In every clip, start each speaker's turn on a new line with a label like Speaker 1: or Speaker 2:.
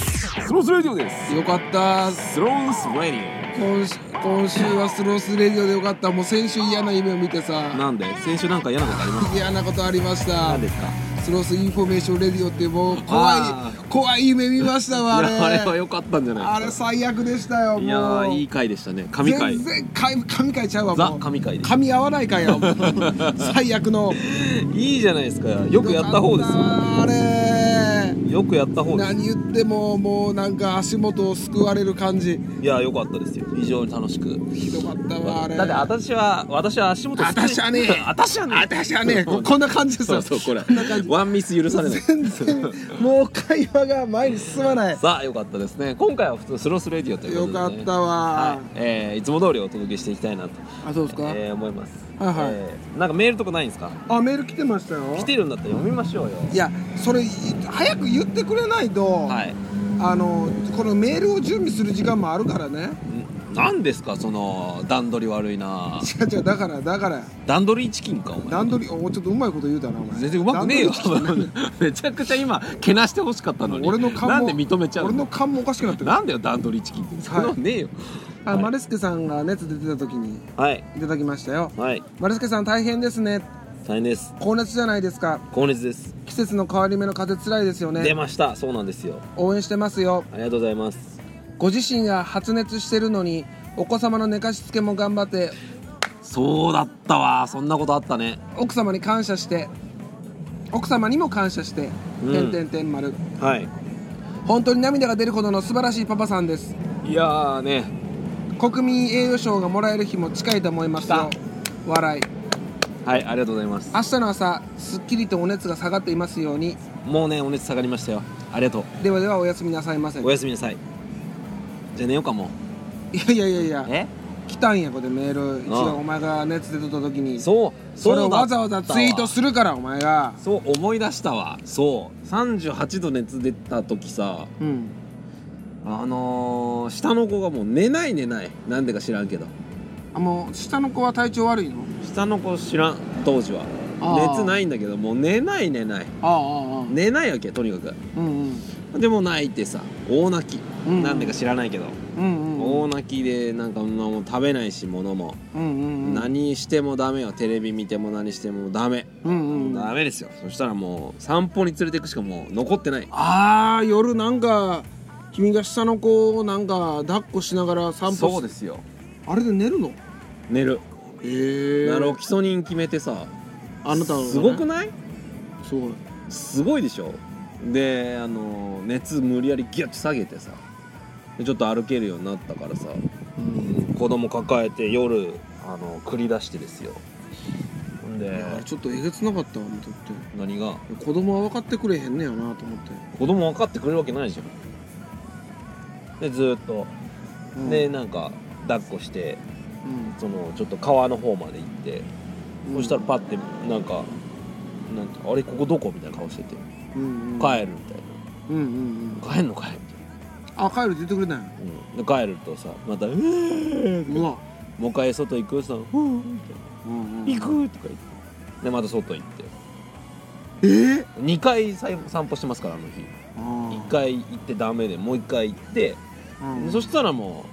Speaker 1: スロースレディオです
Speaker 2: よかった
Speaker 1: スロースレデ
Speaker 2: 今週今週はスロースレディオでよかったもう先週嫌な夢を見てさ
Speaker 1: オなんで先週なんか嫌なことありまし
Speaker 2: 嫌なことありましたた
Speaker 1: 何ですか
Speaker 2: スロースインフォメーションレディオってもう怖い
Speaker 1: あー
Speaker 2: 怖い夢見ましたわあれ
Speaker 1: いやあれは良かったんじゃな
Speaker 2: あ
Speaker 1: いで
Speaker 2: れ
Speaker 1: すか
Speaker 2: 最悪でしたよもう
Speaker 1: いやーいい回でしたね神回
Speaker 2: 全然神神回ちゃうわ
Speaker 1: ザ
Speaker 2: もう
Speaker 1: 神回です
Speaker 2: 噛み合わない かよ最悪の
Speaker 1: いいじゃないですかよくやった方です
Speaker 2: よかったあれ
Speaker 1: よよくやった方です
Speaker 2: 何言ってももうなんか足元をすくわれる感じ
Speaker 1: いや良かったですよ非常に楽しく
Speaker 2: ひどかったわあれ
Speaker 1: だって私は私は足元すくい
Speaker 2: 私はね
Speaker 1: 私はね
Speaker 2: 私は ねここんな感じです
Speaker 1: そ
Speaker 2: よ
Speaker 1: うそうこれ
Speaker 2: こんな感じ
Speaker 1: ワンミス許されない
Speaker 2: 全然もう会話が前に進まない
Speaker 1: さあ良かったですね今回は普通スロースレディオという
Speaker 2: よ
Speaker 1: ことで、ね、
Speaker 2: かったわ、
Speaker 1: はいえーいつも通りお届けしていきたいなと、
Speaker 2: あそうですか、
Speaker 1: えー思います、
Speaker 2: はいはい
Speaker 1: えーなんかメールとかないんですか
Speaker 2: あメール来てましたよ
Speaker 1: 来てるんだったら読みましょうよ
Speaker 2: いやそれい早く言ってくれないと、
Speaker 1: はい
Speaker 2: あのこのメールを準備する時間もあるからね
Speaker 1: んなんですかその段取り悪いな
Speaker 2: 違う違うだからだから
Speaker 1: 段取りチキンかお前
Speaker 2: 段取りおちょっとうまいこと言うたなお前
Speaker 1: 全然うまくねえよ
Speaker 2: 段取り
Speaker 1: めちゃくちゃ今けなしてほしかったのに
Speaker 2: 俺の勘も
Speaker 1: なんで認めちゃう
Speaker 2: 俺
Speaker 1: の
Speaker 2: の勘もおかしくなってる
Speaker 1: なんだよ段取りチキンってそんなのねえよ
Speaker 2: あ、マレスケさんが熱出てた時に
Speaker 1: はい
Speaker 2: いただきましたよ
Speaker 1: はい
Speaker 2: マレスケさん大変ですね
Speaker 1: 大変です
Speaker 2: 高熱じゃないですか
Speaker 1: 高熱です、
Speaker 2: 季節の変わり目の風つらいですよ
Speaker 1: 出
Speaker 2: ね
Speaker 1: ましたそうなんですよ
Speaker 2: 応援してますよ
Speaker 1: ありがとうございます
Speaker 2: ご自身が発熱してるのにお子様の寝かしつけも頑張って
Speaker 1: そうだったわそんなことあったね
Speaker 2: 奥様に感謝して奥様にも感謝して、
Speaker 1: うん
Speaker 2: てんてんてん丸
Speaker 1: はい
Speaker 2: 本当に涙が出るほどの素晴らしいパパさんです
Speaker 1: いやーね
Speaker 2: 国民栄誉賞がもらえる日も近いと思いますよ
Speaker 1: 来
Speaker 2: 笑い
Speaker 1: はいありがとうございます
Speaker 2: 明日の朝すっきりとお熱が下がっていますように
Speaker 1: もうねお熱下がりましたよありがとう
Speaker 2: ではではおやすみなさいませい
Speaker 1: おやすみなさいじゃあ寝ようかも
Speaker 2: やいやいやいや
Speaker 1: うえ
Speaker 2: 来たんやこれメール一
Speaker 1: ああ
Speaker 2: 応お前が熱出てた時に
Speaker 1: そう
Speaker 2: それ
Speaker 1: うだ
Speaker 2: を
Speaker 1: ったわ
Speaker 2: わざわざツイートするからお前が
Speaker 1: そう思い出したわそう38度熱出た時さ
Speaker 2: うん
Speaker 1: あのー、下の子がもう寝ない寝ないなんでか知らんけど
Speaker 2: あもう下の子は体調悪いの
Speaker 1: 下の子知らん当時は
Speaker 2: あー
Speaker 1: 熱ないんだけどもう寝ない寝ない
Speaker 2: ああああ
Speaker 1: 寝ないわけとにか
Speaker 2: うんうん
Speaker 1: くでも泣いてさ大泣き、
Speaker 2: うん
Speaker 1: なんでか知らないけど、
Speaker 2: うんうん
Speaker 1: 大泣きでなんかもう食べないし物も、
Speaker 2: うんうんうん
Speaker 1: 何してもダメよテレビ見ても何してもダメ、
Speaker 2: うんうん
Speaker 1: ダメですよそしたらもう散歩に連れていくしかもう残ってない
Speaker 2: ああ夜なんか君が下の子をなんか抱っこしながら散歩
Speaker 1: そうですよ
Speaker 2: あれで寝るの
Speaker 1: 寝る
Speaker 2: ええ
Speaker 1: なロキソニン決めてさ
Speaker 2: あなたのね
Speaker 1: すごくない
Speaker 2: すごい
Speaker 1: すごいでしょであの熱無理やりギュッと下げてさでちょっと歩けるようになったからさ
Speaker 2: うん
Speaker 1: 子供抱えて夜あの繰り出してですよほんで
Speaker 2: あれちょっとえげつなかったわ見とって
Speaker 1: 何が
Speaker 2: 子供は分かってくれへんねやなと思って、
Speaker 1: 子供分かってくれるわけないじゃんでずーっと、
Speaker 2: うん
Speaker 1: でなんか抱っこして
Speaker 2: うん
Speaker 1: そのちょっと川の方まで行って、そしたらパッてなんかなんかあれここどこみたいな顔してて
Speaker 2: うんうん、
Speaker 1: 帰るみたい
Speaker 2: うんうんうん
Speaker 1: な帰んのかいみ
Speaker 2: あ帰るって言ってくれたんや
Speaker 1: たいな、うん、で帰るとさまた「うー
Speaker 2: うわ
Speaker 1: もう一回外行く?」さ「うんうん」みたいな
Speaker 2: うんうん
Speaker 1: 行くとか言ってでまた外行って
Speaker 2: えー、
Speaker 1: 2回さい散歩してますからあの日1回行ってダメでもう1回行って、
Speaker 2: うん
Speaker 1: そしたらも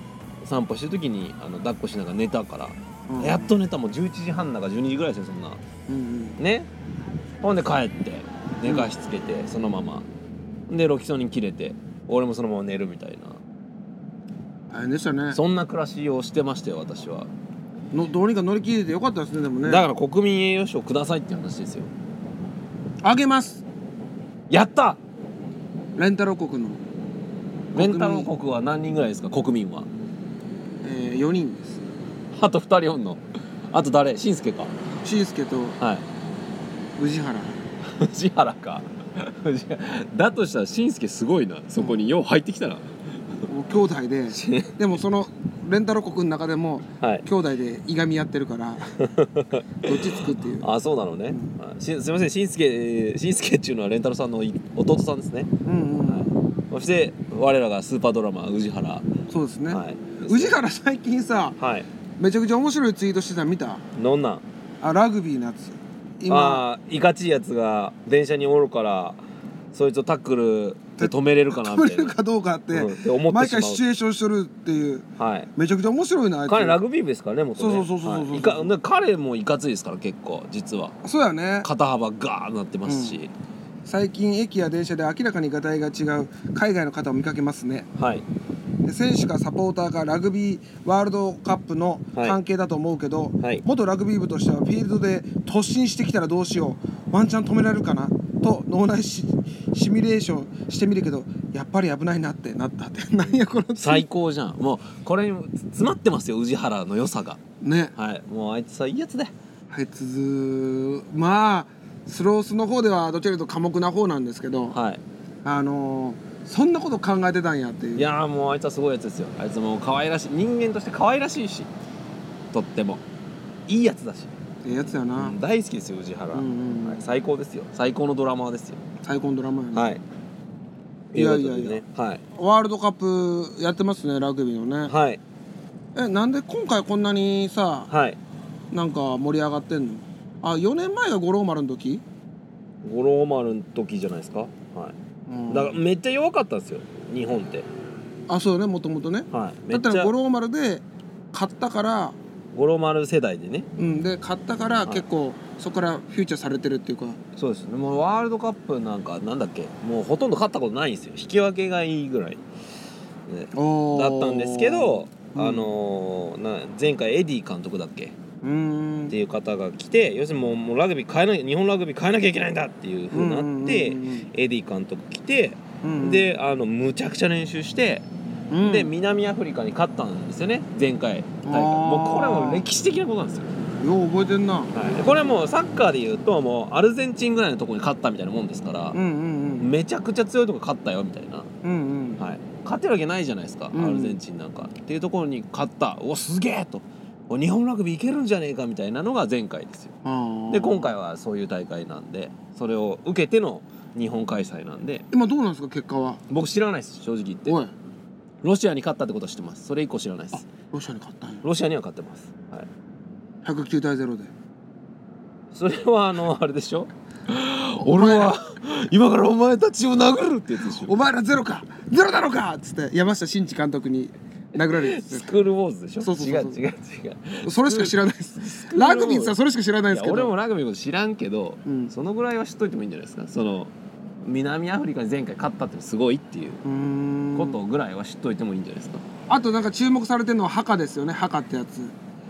Speaker 1: う散歩してる時にあの抱っこしながら寝たから、
Speaker 2: うん
Speaker 1: やっと寝たもう11時半だから12時ぐらいですよそんな
Speaker 2: うん
Speaker 1: ねほんで帰って寝かしつけて、そのままでロキソニン切れて俺もそのまま寝るみたいな
Speaker 2: うん大変でしたね
Speaker 1: そんな暮らしをしてましたよ私は、
Speaker 2: のどうにか乗り切れてよかったですねでもね
Speaker 1: だから国民栄誉賞くださいっていう話ですよ
Speaker 2: あげます
Speaker 1: やった
Speaker 2: レンタル王国の、
Speaker 1: レンタル王国は何人ぐらいですか国民は
Speaker 2: えー、4人です
Speaker 1: あと2人おんのあと誰しんすけか
Speaker 2: しんすけと
Speaker 1: はい
Speaker 2: 宇治原
Speaker 1: 藤原か藤原だとしたらしんすけすごいなそこによう入ってきたな
Speaker 2: 兄弟で でもそのレンタル王国の中でも
Speaker 1: はい
Speaker 2: 兄弟でいがみ合ってるから どっちつくっていう
Speaker 1: あそうなのね、はいしすいませんしんすけしんすけっていうのはレンタルさんのい弟さんですね、
Speaker 2: うんうん、
Speaker 1: はい、そして我らがスーパードラマー宇治原、
Speaker 2: そうですね、
Speaker 1: はい
Speaker 2: 宇治原最近さ
Speaker 1: はい
Speaker 2: めちゃくちゃ面白いツイートしてたの見た
Speaker 1: どんなん
Speaker 2: あラグビーのやつ今
Speaker 1: ああいかちいやつが電車におるからそいつをタックルで止めれるかなみ
Speaker 2: 取
Speaker 1: た
Speaker 2: れ
Speaker 1: い
Speaker 2: る
Speaker 1: な
Speaker 2: かどうかって
Speaker 1: うんって思って
Speaker 2: 毎
Speaker 1: しまう
Speaker 2: 回シチュエーションしとるっていう
Speaker 1: はい
Speaker 2: めちゃくちゃ面白いなあいつ
Speaker 1: 彼ラグビー部ですからね元ね
Speaker 2: そうそうそうそうそう
Speaker 1: はいいかなんか彼もいかついですから結構実は
Speaker 2: そうやね
Speaker 1: 肩幅ガーッなってますし、
Speaker 2: 最近駅や電車で明らかにがたいが違う海外の方を見かけますね
Speaker 1: はい
Speaker 2: で選手かサポーターかラグビーワールドカップの
Speaker 1: はい
Speaker 2: 関係だと思うけど、
Speaker 1: はい
Speaker 2: 元ラグビー部としてはフィールドで突進してきたらどうしようワンチャン止められるかなと脳内シシミュレーションしてみるけどやっぱり危ないなってなったって 何やこのツイ
Speaker 1: 最高じゃんもうこれに詰まってますよ宇治原の良さが
Speaker 2: ね
Speaker 1: はいもうあいつさいいやつだよ
Speaker 2: はい続まあスロースの方ではどちらかというと寡黙な方なんですけど、
Speaker 1: はい
Speaker 2: あのーそんなこと考えてたんやっていう
Speaker 1: いやーもうあいつはすごいやつですよあいつもう可愛らしい人間として可愛らしいしとってもいいやつだし、
Speaker 2: ええやつやな、
Speaker 1: うん大好きですよ宇治原、
Speaker 2: うんうんうん
Speaker 1: はい、最高ですよ最高のドラマーですよ
Speaker 2: 最高のドラマやな、
Speaker 1: はい
Speaker 2: いやいや
Speaker 1: とう
Speaker 2: いや
Speaker 1: ことでね
Speaker 2: ワールドカップやってますねラグビーの
Speaker 1: は
Speaker 2: ね、
Speaker 1: いはい
Speaker 2: えなんで今回こんなにさ
Speaker 1: はい
Speaker 2: なんか盛り上がってんのあ4年前が五郎丸の時、
Speaker 1: 五郎丸の時じゃないですかは
Speaker 2: うん
Speaker 1: いだからめっちゃ弱かったんですよ日本って
Speaker 2: あそうねもともとね
Speaker 1: はいめ
Speaker 2: だ
Speaker 1: っち
Speaker 2: ったら
Speaker 1: ゃ
Speaker 2: 五郎丸で買ったから
Speaker 1: 五郎丸世代でね
Speaker 2: うんで買ったから
Speaker 1: い
Speaker 2: 結構そこからフューチャーされてるっていうか
Speaker 1: そうですねもうワールドカップなんかなんだっけもうほとんど勝ったことないんですよ引き分けがいいぐらい、ね、
Speaker 2: おー
Speaker 1: だったんですけど、
Speaker 2: うん
Speaker 1: あのーな前回エディ監督だっけっ
Speaker 2: うーん
Speaker 1: ていう方が来て要するにもうもうラグビー変えなきゃ日本ラグビー変えなきゃいけないんだっていうふうになって、エディ監督来て、であのむちゃくちゃ練習して、で
Speaker 2: み
Speaker 1: 南アフリカに勝ったんですよね前回大会
Speaker 2: あー
Speaker 1: もうこれはもう歴史的なことなんですよ、
Speaker 2: よう覚えてんな
Speaker 1: はい、これはもうサッカーでいうともうアルゼンチンぐらいのところに勝ったみたいなもんですから、
Speaker 2: うんうん
Speaker 1: めちゃくちゃ強いとこ勝ったよみたいな、
Speaker 2: うんうん
Speaker 1: はい、勝てるわけないじゃないですか、
Speaker 2: うん
Speaker 1: アルゼンチンなんかっていうところに勝ったおすげえとお日本ラグビーいけるんじゃねえかみたいなのが前回ですよ
Speaker 2: うん
Speaker 1: で今回はそういう大会なんでそれを受けての日本開催なんで
Speaker 2: 今どうなんですか結果は
Speaker 1: 僕知らないです正直言って
Speaker 2: おい
Speaker 1: ロシアに勝ったってことは知ってますそれ以降知らないです
Speaker 2: ロシアに勝ったんや
Speaker 1: ロシアには勝ってます、はい、
Speaker 2: 109対0で
Speaker 1: それはあ のあれでしょ俺は今からお前たちを殴るってやつでし
Speaker 2: お前らゼロかゼロだろうかっつって山下真司監督に殴られるっつっ
Speaker 1: スクールウォーズでしょ
Speaker 2: そうそうそうそう
Speaker 1: 違う違う違う
Speaker 2: てそれしか知らないです
Speaker 1: クール
Speaker 2: ラグビーってさそれしか知らない
Speaker 1: い
Speaker 2: で
Speaker 1: や
Speaker 2: すけど
Speaker 1: 俺もラグビーのこと知らんけど、
Speaker 2: うん
Speaker 1: そのぐらいは知っといてもいいんじゃないですかその南アフリカに前回勝ったってすごいっていう
Speaker 2: うーん
Speaker 1: ことぐらいは知っといてもいいんじゃないですか、
Speaker 2: あとなんか注目されてるのはハカですよねハカってやつ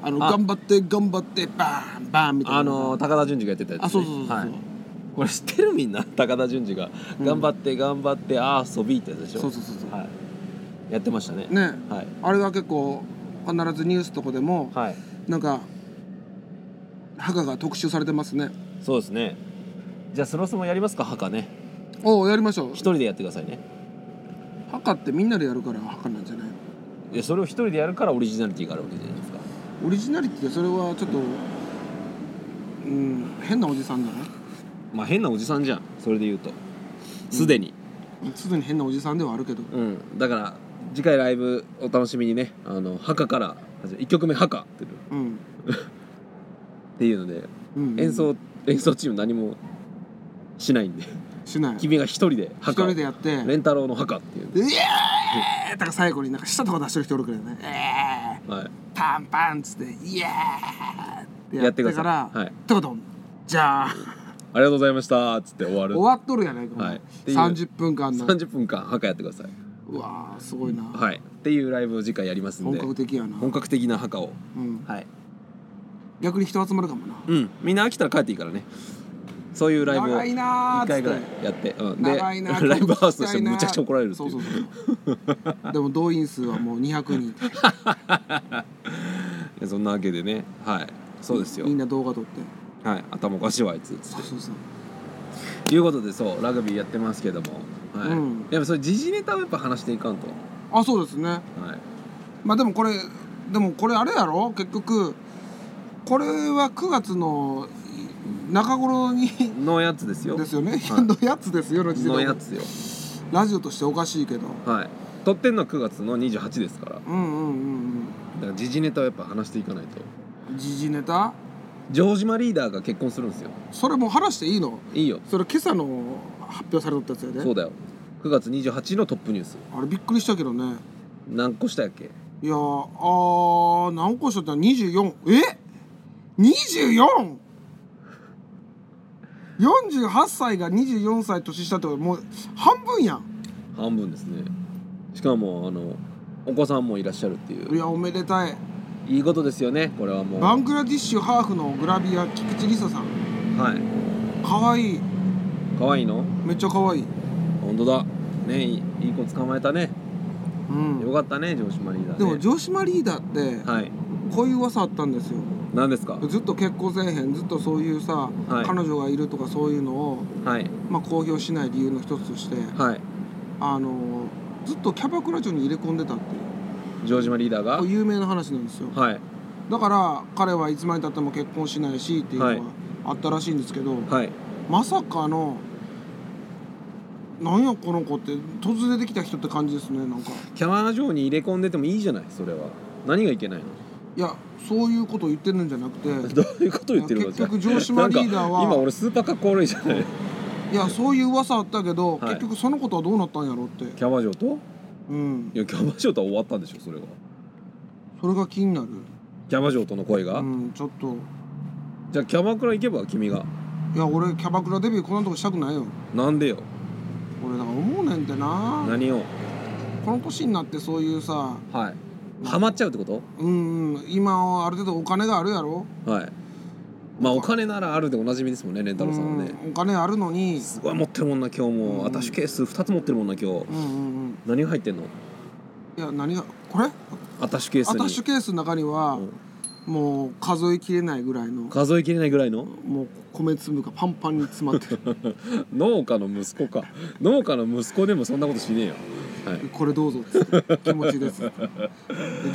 Speaker 2: あの
Speaker 1: あ
Speaker 2: 頑張って頑張ってバーンバーンみたいな
Speaker 1: あの高田純次がやってたやつ、ね、
Speaker 2: あそうそうそうそう、
Speaker 1: はい、これ知ってるみんな 高田純次が
Speaker 2: うん
Speaker 1: 頑張って頑張って遊びってやつでしょ
Speaker 2: そうそうそうそう
Speaker 1: はい、やってましたね
Speaker 2: ね
Speaker 1: はい
Speaker 2: あれが結構必ずニュースとかでも
Speaker 1: はい
Speaker 2: なんかハカが特集されてますね
Speaker 1: そうですねじゃあそろそろやりますか墓ね
Speaker 2: おおやりましょう
Speaker 1: 一人でやってくださいね
Speaker 2: ハカってみんなでやるからハカなんじゃない
Speaker 1: いやそれを一人でやるからオリジナリティがあるわけじゃないですか
Speaker 2: オリジナリティそれはちょっとうん変なおじさんじゃない
Speaker 1: まあ変なおじさんじゃんそれで言うとすでに、
Speaker 2: すでに変なおじさんではあるけど
Speaker 1: うん、だから次回ライブお楽しみにねあの墓から1曲目「墓」っていう
Speaker 2: うん、
Speaker 1: っていうので
Speaker 2: うん、
Speaker 1: 演奏演奏チーム何もしないんで
Speaker 2: しない一
Speaker 1: 君が一人で墓を
Speaker 2: 人でやって
Speaker 1: レンタロウの墓っていう
Speaker 2: でイエーイとか最後になんか下とか出してる人おるくらいねえー
Speaker 1: は
Speaker 2: パンパンっつってイエーイ
Speaker 1: い
Speaker 2: って
Speaker 1: や
Speaker 2: や
Speaker 1: っ
Speaker 2: ってて
Speaker 1: く
Speaker 2: か
Speaker 1: ださい
Speaker 2: ら
Speaker 1: はい、
Speaker 2: ドドンじゃあ
Speaker 1: ありがとうございましたっつって終わる
Speaker 2: 終わっとるやないか、
Speaker 1: はいっていう
Speaker 2: 30分間の
Speaker 1: 30分間墓やってくださいう
Speaker 2: わーすごいな、
Speaker 1: はいっていうライブを次回やりますん
Speaker 2: 本
Speaker 1: で
Speaker 2: 格的やな、
Speaker 1: 本格的な墓を
Speaker 2: うん、
Speaker 1: はい
Speaker 2: 逆に人集まるかもな
Speaker 1: うんみんな飽きたら帰っていいからねそういうライブを
Speaker 2: 長い
Speaker 1: 1
Speaker 2: なーっつ
Speaker 1: 回ぐら
Speaker 2: っ
Speaker 1: い
Speaker 2: て
Speaker 1: やって、うん、で
Speaker 2: 長いなー
Speaker 1: ライブハウスとしてむちゃくちゃ怒られるって
Speaker 2: そ
Speaker 1: いうう
Speaker 2: そうそうでも動員数はもう200人
Speaker 1: いやそんなわけでねはいそうですよ
Speaker 2: みんな動画撮って
Speaker 1: はい頭おかしいわあいつつっ
Speaker 2: そうそうそう
Speaker 1: ていうことでそうラグビーやってますけどもはい、
Speaker 2: うん
Speaker 1: やっぱそれ時事ネタをやっぱ話していかんとは
Speaker 2: あそうですね
Speaker 1: い
Speaker 2: まあでもこれでもこれあれやろ結局これは9月の中頃に
Speaker 1: のやつですよ
Speaker 2: ですよね、
Speaker 1: はい
Speaker 2: のやつですよの時点
Speaker 1: の
Speaker 2: で
Speaker 1: やつよ
Speaker 2: ラジオとしておかしいけど
Speaker 1: はい撮ってんのは9月の28ですからだか
Speaker 2: うんうんうん
Speaker 1: ら時事ネタをやっぱ話していかないと
Speaker 2: うん時事ネタ
Speaker 1: 城島リーダーが結婚するんですよ
Speaker 2: それもう話していいの
Speaker 1: いいよ
Speaker 2: それ今朝の発表されとったやつやで
Speaker 1: そうだよ9月28日のトップニュース
Speaker 2: あれびっくりしたけどね
Speaker 1: 何個したやっけ
Speaker 2: いやーあー何個しちゃった二十四え二十四四十八歳が二十四歳年下ってこともう半分やん
Speaker 1: 半分ですねしかもあのお子さんもいらっしゃるってい
Speaker 2: いうやおめでたい
Speaker 1: いいことですよねこれはもう
Speaker 2: バ
Speaker 1: は
Speaker 2: ングラディッシュハーフのグラビア菊池梨沙さん
Speaker 1: い
Speaker 2: 可愛い
Speaker 1: 可愛いの
Speaker 2: めっちゃ可愛い
Speaker 1: 本当だねいいいい子捕まえたね
Speaker 2: うん
Speaker 1: よかったね城島リーダー、ね、
Speaker 2: でも城島リーダーって
Speaker 1: はい
Speaker 2: こういう噂あったんですよ
Speaker 1: 何ですか
Speaker 2: ずっと結婚せえへんずっとそういうさ、
Speaker 1: はい
Speaker 2: 彼女がいるとかそういうのを、
Speaker 1: はい
Speaker 2: まあ、公表しない理由の一つとして
Speaker 1: はい
Speaker 2: あのずっとキャバクラ嬢に入れ込んでたっていう
Speaker 1: 城島リーダーが
Speaker 2: これ有名な話なんですよ
Speaker 1: はい
Speaker 2: だから彼はいつまでたっても結婚しないしっていうの
Speaker 1: はい
Speaker 2: があったらしいんですけど、
Speaker 1: はい
Speaker 2: まさかのなんやこの子って突然出てきた人って感じですねなんか
Speaker 1: キャバ嬢に入れ込んでてもいいじゃないそれは何がいけないの
Speaker 2: いやそういうこと言ってるんじゃなくて
Speaker 1: どういうこと言ってるの
Speaker 2: 結局城島リーダーは
Speaker 1: なんか今俺スーパーかっこ悪いじゃない
Speaker 2: いやそういう噂あったけど、
Speaker 1: はい
Speaker 2: 結局そのことはどうなったんやろうって
Speaker 1: キャバ嬢と
Speaker 2: うん
Speaker 1: いやキャバ嬢とは終わったんでしょそれは
Speaker 2: それが気になる
Speaker 1: キャバ嬢との恋が、
Speaker 2: うんちょっと
Speaker 1: じゃあキャバクラ行けば君が
Speaker 2: いや俺キャバクラデビューこんなとこしたくないよ
Speaker 1: なんでよ
Speaker 2: 俺だから思うねんてな
Speaker 1: 何を
Speaker 2: この年になってそういうさ
Speaker 1: はいハマっちゃうってこ
Speaker 2: うんうん今はある程度お金があるやろ
Speaker 1: とはいまあお金ならあるでおなじみですもんねレンタロウさんはね
Speaker 2: うんお金あるのに
Speaker 1: すごい持ってるもんな今日
Speaker 2: うんうん
Speaker 1: もアタッシュケース2つ持ってるもんな今日
Speaker 2: うんうんうん
Speaker 1: 何が入ってんの
Speaker 2: いや何がこれ
Speaker 1: アタッシュケース
Speaker 2: アタッシュ
Speaker 1: に
Speaker 2: ケースの中には、
Speaker 1: うん
Speaker 2: もう数えきれないぐらいの
Speaker 1: 数えきれないぐらいの
Speaker 2: もう米粒がパンパンに詰まってる
Speaker 1: 農家の息子か農家の息子でもそんなことしねえよはい
Speaker 2: これどうぞっつって気持ちですで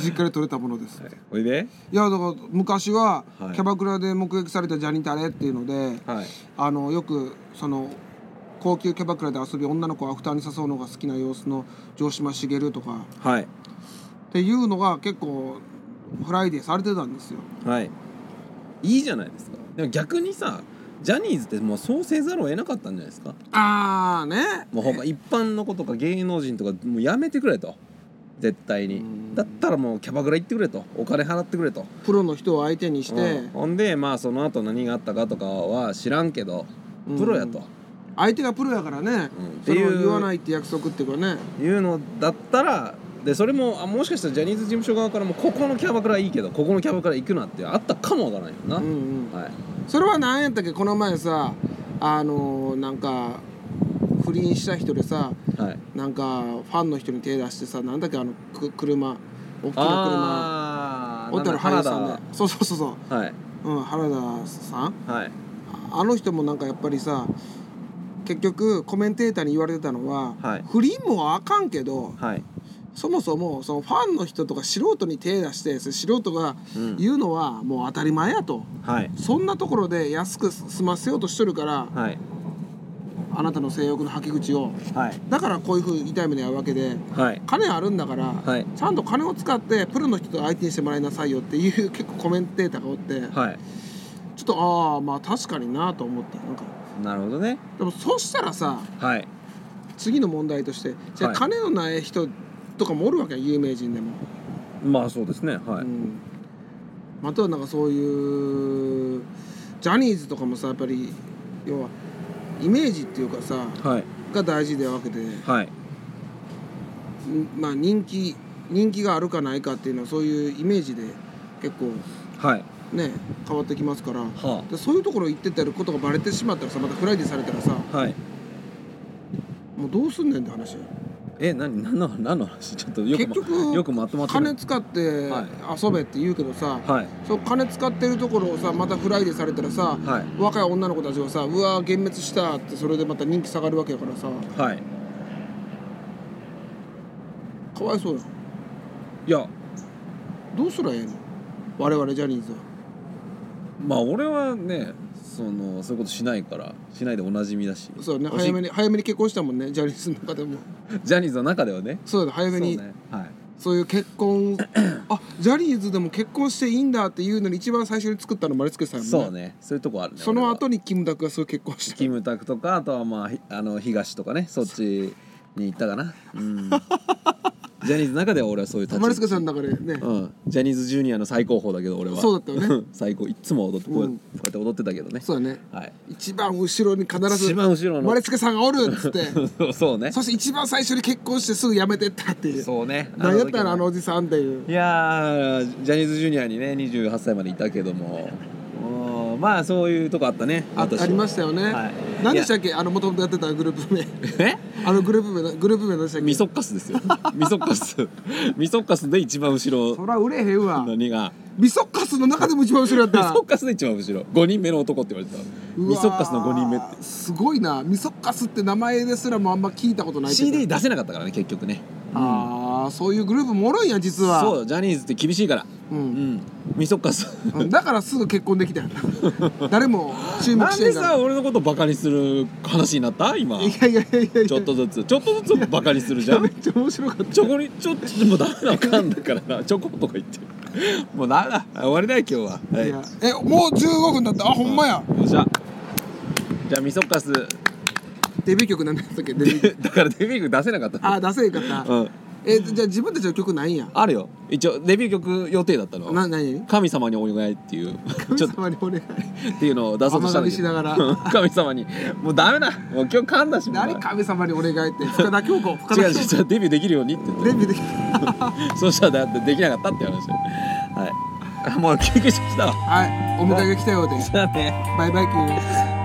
Speaker 2: 実家で取れたものです、
Speaker 1: はい
Speaker 2: い、
Speaker 1: おいで
Speaker 2: やだから昔は、
Speaker 1: はい
Speaker 2: キャバクラで目撃されたジャニタレっていうので
Speaker 1: はい
Speaker 2: あのよくその高級キャバクラで遊び女の子をアフターに誘うのが好きな様子の城島茂とか
Speaker 1: はい
Speaker 2: っていうのが結構フライデーされてたんですよ
Speaker 1: はいいいじゃないですかでも逆にさジャニーズってもうそうせざるを得なかったんじゃないですか
Speaker 2: ああね
Speaker 1: もう他一般の子とか芸能人とかもうやめてくれと絶対
Speaker 2: う
Speaker 1: に
Speaker 2: ん
Speaker 1: だったらもうキャバクラ行ってくれとお金払ってくれと
Speaker 2: プロの人を相手にして、
Speaker 1: うんほんでまあその後何があったかとかは知らんけど
Speaker 2: うん
Speaker 1: プロやと、
Speaker 2: 相手がプロやからね、
Speaker 1: うん
Speaker 2: それを
Speaker 1: っていう
Speaker 2: 言わないって約束っていうかね
Speaker 1: いうのだったらでそれもあもしかしたらジャニーズ事務所側からもここのキャバクラいいけどここのキャバクラ行くなってあったかもわからないよな、
Speaker 2: うんうん
Speaker 1: はい
Speaker 2: それは何やったっけこの前さあのー、なんか不倫した人でさ
Speaker 1: はい
Speaker 2: なんかファンの人に手出してさなんだっけあのく車大きな
Speaker 1: あ
Speaker 2: 車
Speaker 1: ー
Speaker 2: 小
Speaker 1: なん
Speaker 2: 樽
Speaker 1: だ
Speaker 2: 俳優さん
Speaker 1: 原
Speaker 2: ねそうそうそうそ、
Speaker 1: 田はいう
Speaker 2: うん、原田さん
Speaker 1: はい
Speaker 2: あの人もなんかやっぱりさ結局コメンテーターに言われてたのは、
Speaker 1: はい
Speaker 2: 不倫もあかんけど
Speaker 1: はい
Speaker 2: そもそもそのファンの人とか素人に手出してその素人が
Speaker 1: うん
Speaker 2: 言うのはもう当たり前やと、
Speaker 1: はい
Speaker 2: そんなところで安く済ませようとしとるから
Speaker 1: はい
Speaker 2: あなたの性欲の吐き口を
Speaker 1: はい
Speaker 2: だからこういうふうに痛い目でやるわけで
Speaker 1: はい
Speaker 2: 金あるんだから、
Speaker 1: はい
Speaker 2: ちゃんと金を使ってプロの人と相手にしてもらいなさいよっていう結構コメンテーターがおって
Speaker 1: はい
Speaker 2: ちょっとああまあ確かになと思ったなんか
Speaker 1: なるほどね
Speaker 2: でもそしたらさ
Speaker 1: はい
Speaker 2: 次の問題としてじゃあ
Speaker 1: はい
Speaker 2: 金のない人とかもおるわけや有名人でも、
Speaker 1: まあそうですねは
Speaker 2: う
Speaker 1: い、
Speaker 2: ん、あとはなんかそういうジャニーズとかもさやっぱり要はイメージっていうかさ
Speaker 1: はい
Speaker 2: が大事でわけで、
Speaker 1: はい
Speaker 2: んまあ人気人気があるかないかっていうのはそういうイメージで結構
Speaker 1: はい
Speaker 2: ね変わってきますから
Speaker 1: は
Speaker 2: でそういうところ行ってたりことがバレてしまったらさまたフライデーされたらさ
Speaker 1: あはい
Speaker 2: もうどうすんねんって話
Speaker 1: え何何の何の話 ちょっとよく
Speaker 2: 結局
Speaker 1: ま、よくまとまって
Speaker 2: 金
Speaker 1: る
Speaker 2: 使って遊べって言うけどさ、
Speaker 1: はい
Speaker 2: そう金使ってるところをさまたフライデーされたらさ
Speaker 1: はい
Speaker 2: 若い女の子たちがさうわー幻滅したってそれでまた人気下がるわけやからさ
Speaker 1: はい
Speaker 2: かわいそうやん
Speaker 1: いや
Speaker 2: どうすりゃええの我々ジャニーズは
Speaker 1: まあ俺はねそのそういうことしないからしないでおなじみだし
Speaker 2: そうだね
Speaker 1: おし
Speaker 2: 早めに早めに結婚したもんねジャニーズの中でも
Speaker 1: ジャニーズの中ではね
Speaker 2: そうだね早めに
Speaker 1: そうねはい
Speaker 2: そういう結婚あジャニーズでも結婚していいんだっていうのに一番最初に作ったのマリツケさんやもんね
Speaker 1: そうねそういうとこあるね
Speaker 2: その後
Speaker 1: に
Speaker 2: にキムタクがそういう結婚した
Speaker 1: キムタクとかあとはまあひあの東とかねそっちに行ったかな、う ん、ジャニーズの中では俺はそういう立ち
Speaker 2: マ
Speaker 1: 位
Speaker 2: リス
Speaker 1: 置
Speaker 2: ケさんの中でね
Speaker 1: うん、ジャニーズジュニアの最高峰だけど俺は
Speaker 2: そうだったよね
Speaker 1: 最高いっつも踊ってこうや,、
Speaker 2: うん
Speaker 1: こうやって踊ってたけどね
Speaker 2: そうだね
Speaker 1: はい
Speaker 2: 一番後ろに必ず
Speaker 1: 一番後ろの
Speaker 2: マリスケさんがおるっつって
Speaker 1: そうね
Speaker 2: そして一番最初に結婚してすぐ辞めてったっていう
Speaker 1: そうね
Speaker 2: 何やった
Speaker 1: 時
Speaker 2: ら
Speaker 1: も
Speaker 2: あのおじさんっていう
Speaker 1: いやージャニーズジュニアにね28歳までいたけどもうんまあそういうとこあったね
Speaker 2: あ
Speaker 1: 私は
Speaker 2: ありましたよね、
Speaker 1: はい
Speaker 2: 何でしたっけあのもともとやってたグループ名
Speaker 1: え
Speaker 2: あのグループ名なグループ名何でしたっけ
Speaker 1: ミソッカスです よミソッカスミソッカスで一番後ろ
Speaker 2: そら売れへんわ
Speaker 1: 何が
Speaker 2: ミソッカスの中でも一番後ろやっ
Speaker 1: ミ
Speaker 2: た
Speaker 1: ソッカスで一番後ろ5人目の男って言われてた
Speaker 2: うわー
Speaker 1: ミソッカスの5人目って
Speaker 2: すごいなミソッカスって名前ですらもあんま聞いたことないけど
Speaker 1: CD 出せなかったからね結局ね
Speaker 2: ああそういうグループもおるんや実は
Speaker 1: そうジャニーズって厳しいから
Speaker 2: う、
Speaker 1: うんんミソッカス
Speaker 2: うん、だからすぐ結婚で きたよ誰も注目
Speaker 1: な
Speaker 2: し
Speaker 1: ん
Speaker 2: て
Speaker 1: で
Speaker 2: んから
Speaker 1: さ俺のことバカにする話になった今
Speaker 2: いやいやいやいや
Speaker 1: ちょっとずつちょっとずつバカにするじゃん
Speaker 2: めっちゃ面白かっ
Speaker 1: チョコにちょっとでもダメなのかんだからなチョコとか言ってもうなだ終わりだよ今日は
Speaker 2: た、
Speaker 1: はいい
Speaker 2: やえもう15分だったあほんまや
Speaker 1: よっしゃじゃあみそ かす
Speaker 2: デビュー曲なんだったっけデビュー曲
Speaker 1: だからデビュー曲出せなかった
Speaker 2: あー出せへんかった、
Speaker 1: うん
Speaker 2: えじゃあ自分たちの曲ないんや
Speaker 1: あるよ一応デビュー曲予定だったの
Speaker 2: な何
Speaker 1: 神様にお願いっていう
Speaker 2: 神
Speaker 1: ちょっと
Speaker 2: 様にお願い
Speaker 1: っていうのを出そうとしたんだけど
Speaker 2: 甘噛みしなが
Speaker 1: うん 神様にもうダメだもう今日噛んだしもう
Speaker 2: 何神様にお願いって深田恭子深
Speaker 1: 違う違
Speaker 2: 田
Speaker 1: う
Speaker 2: 恭子
Speaker 1: 違うデビューできるようにって言って
Speaker 2: デビューでき
Speaker 1: そうしたらだってできなかったって話はいあもう休憩してきたわ
Speaker 2: はいお迎えが来たようで
Speaker 1: じゃあね
Speaker 2: バイバイキュー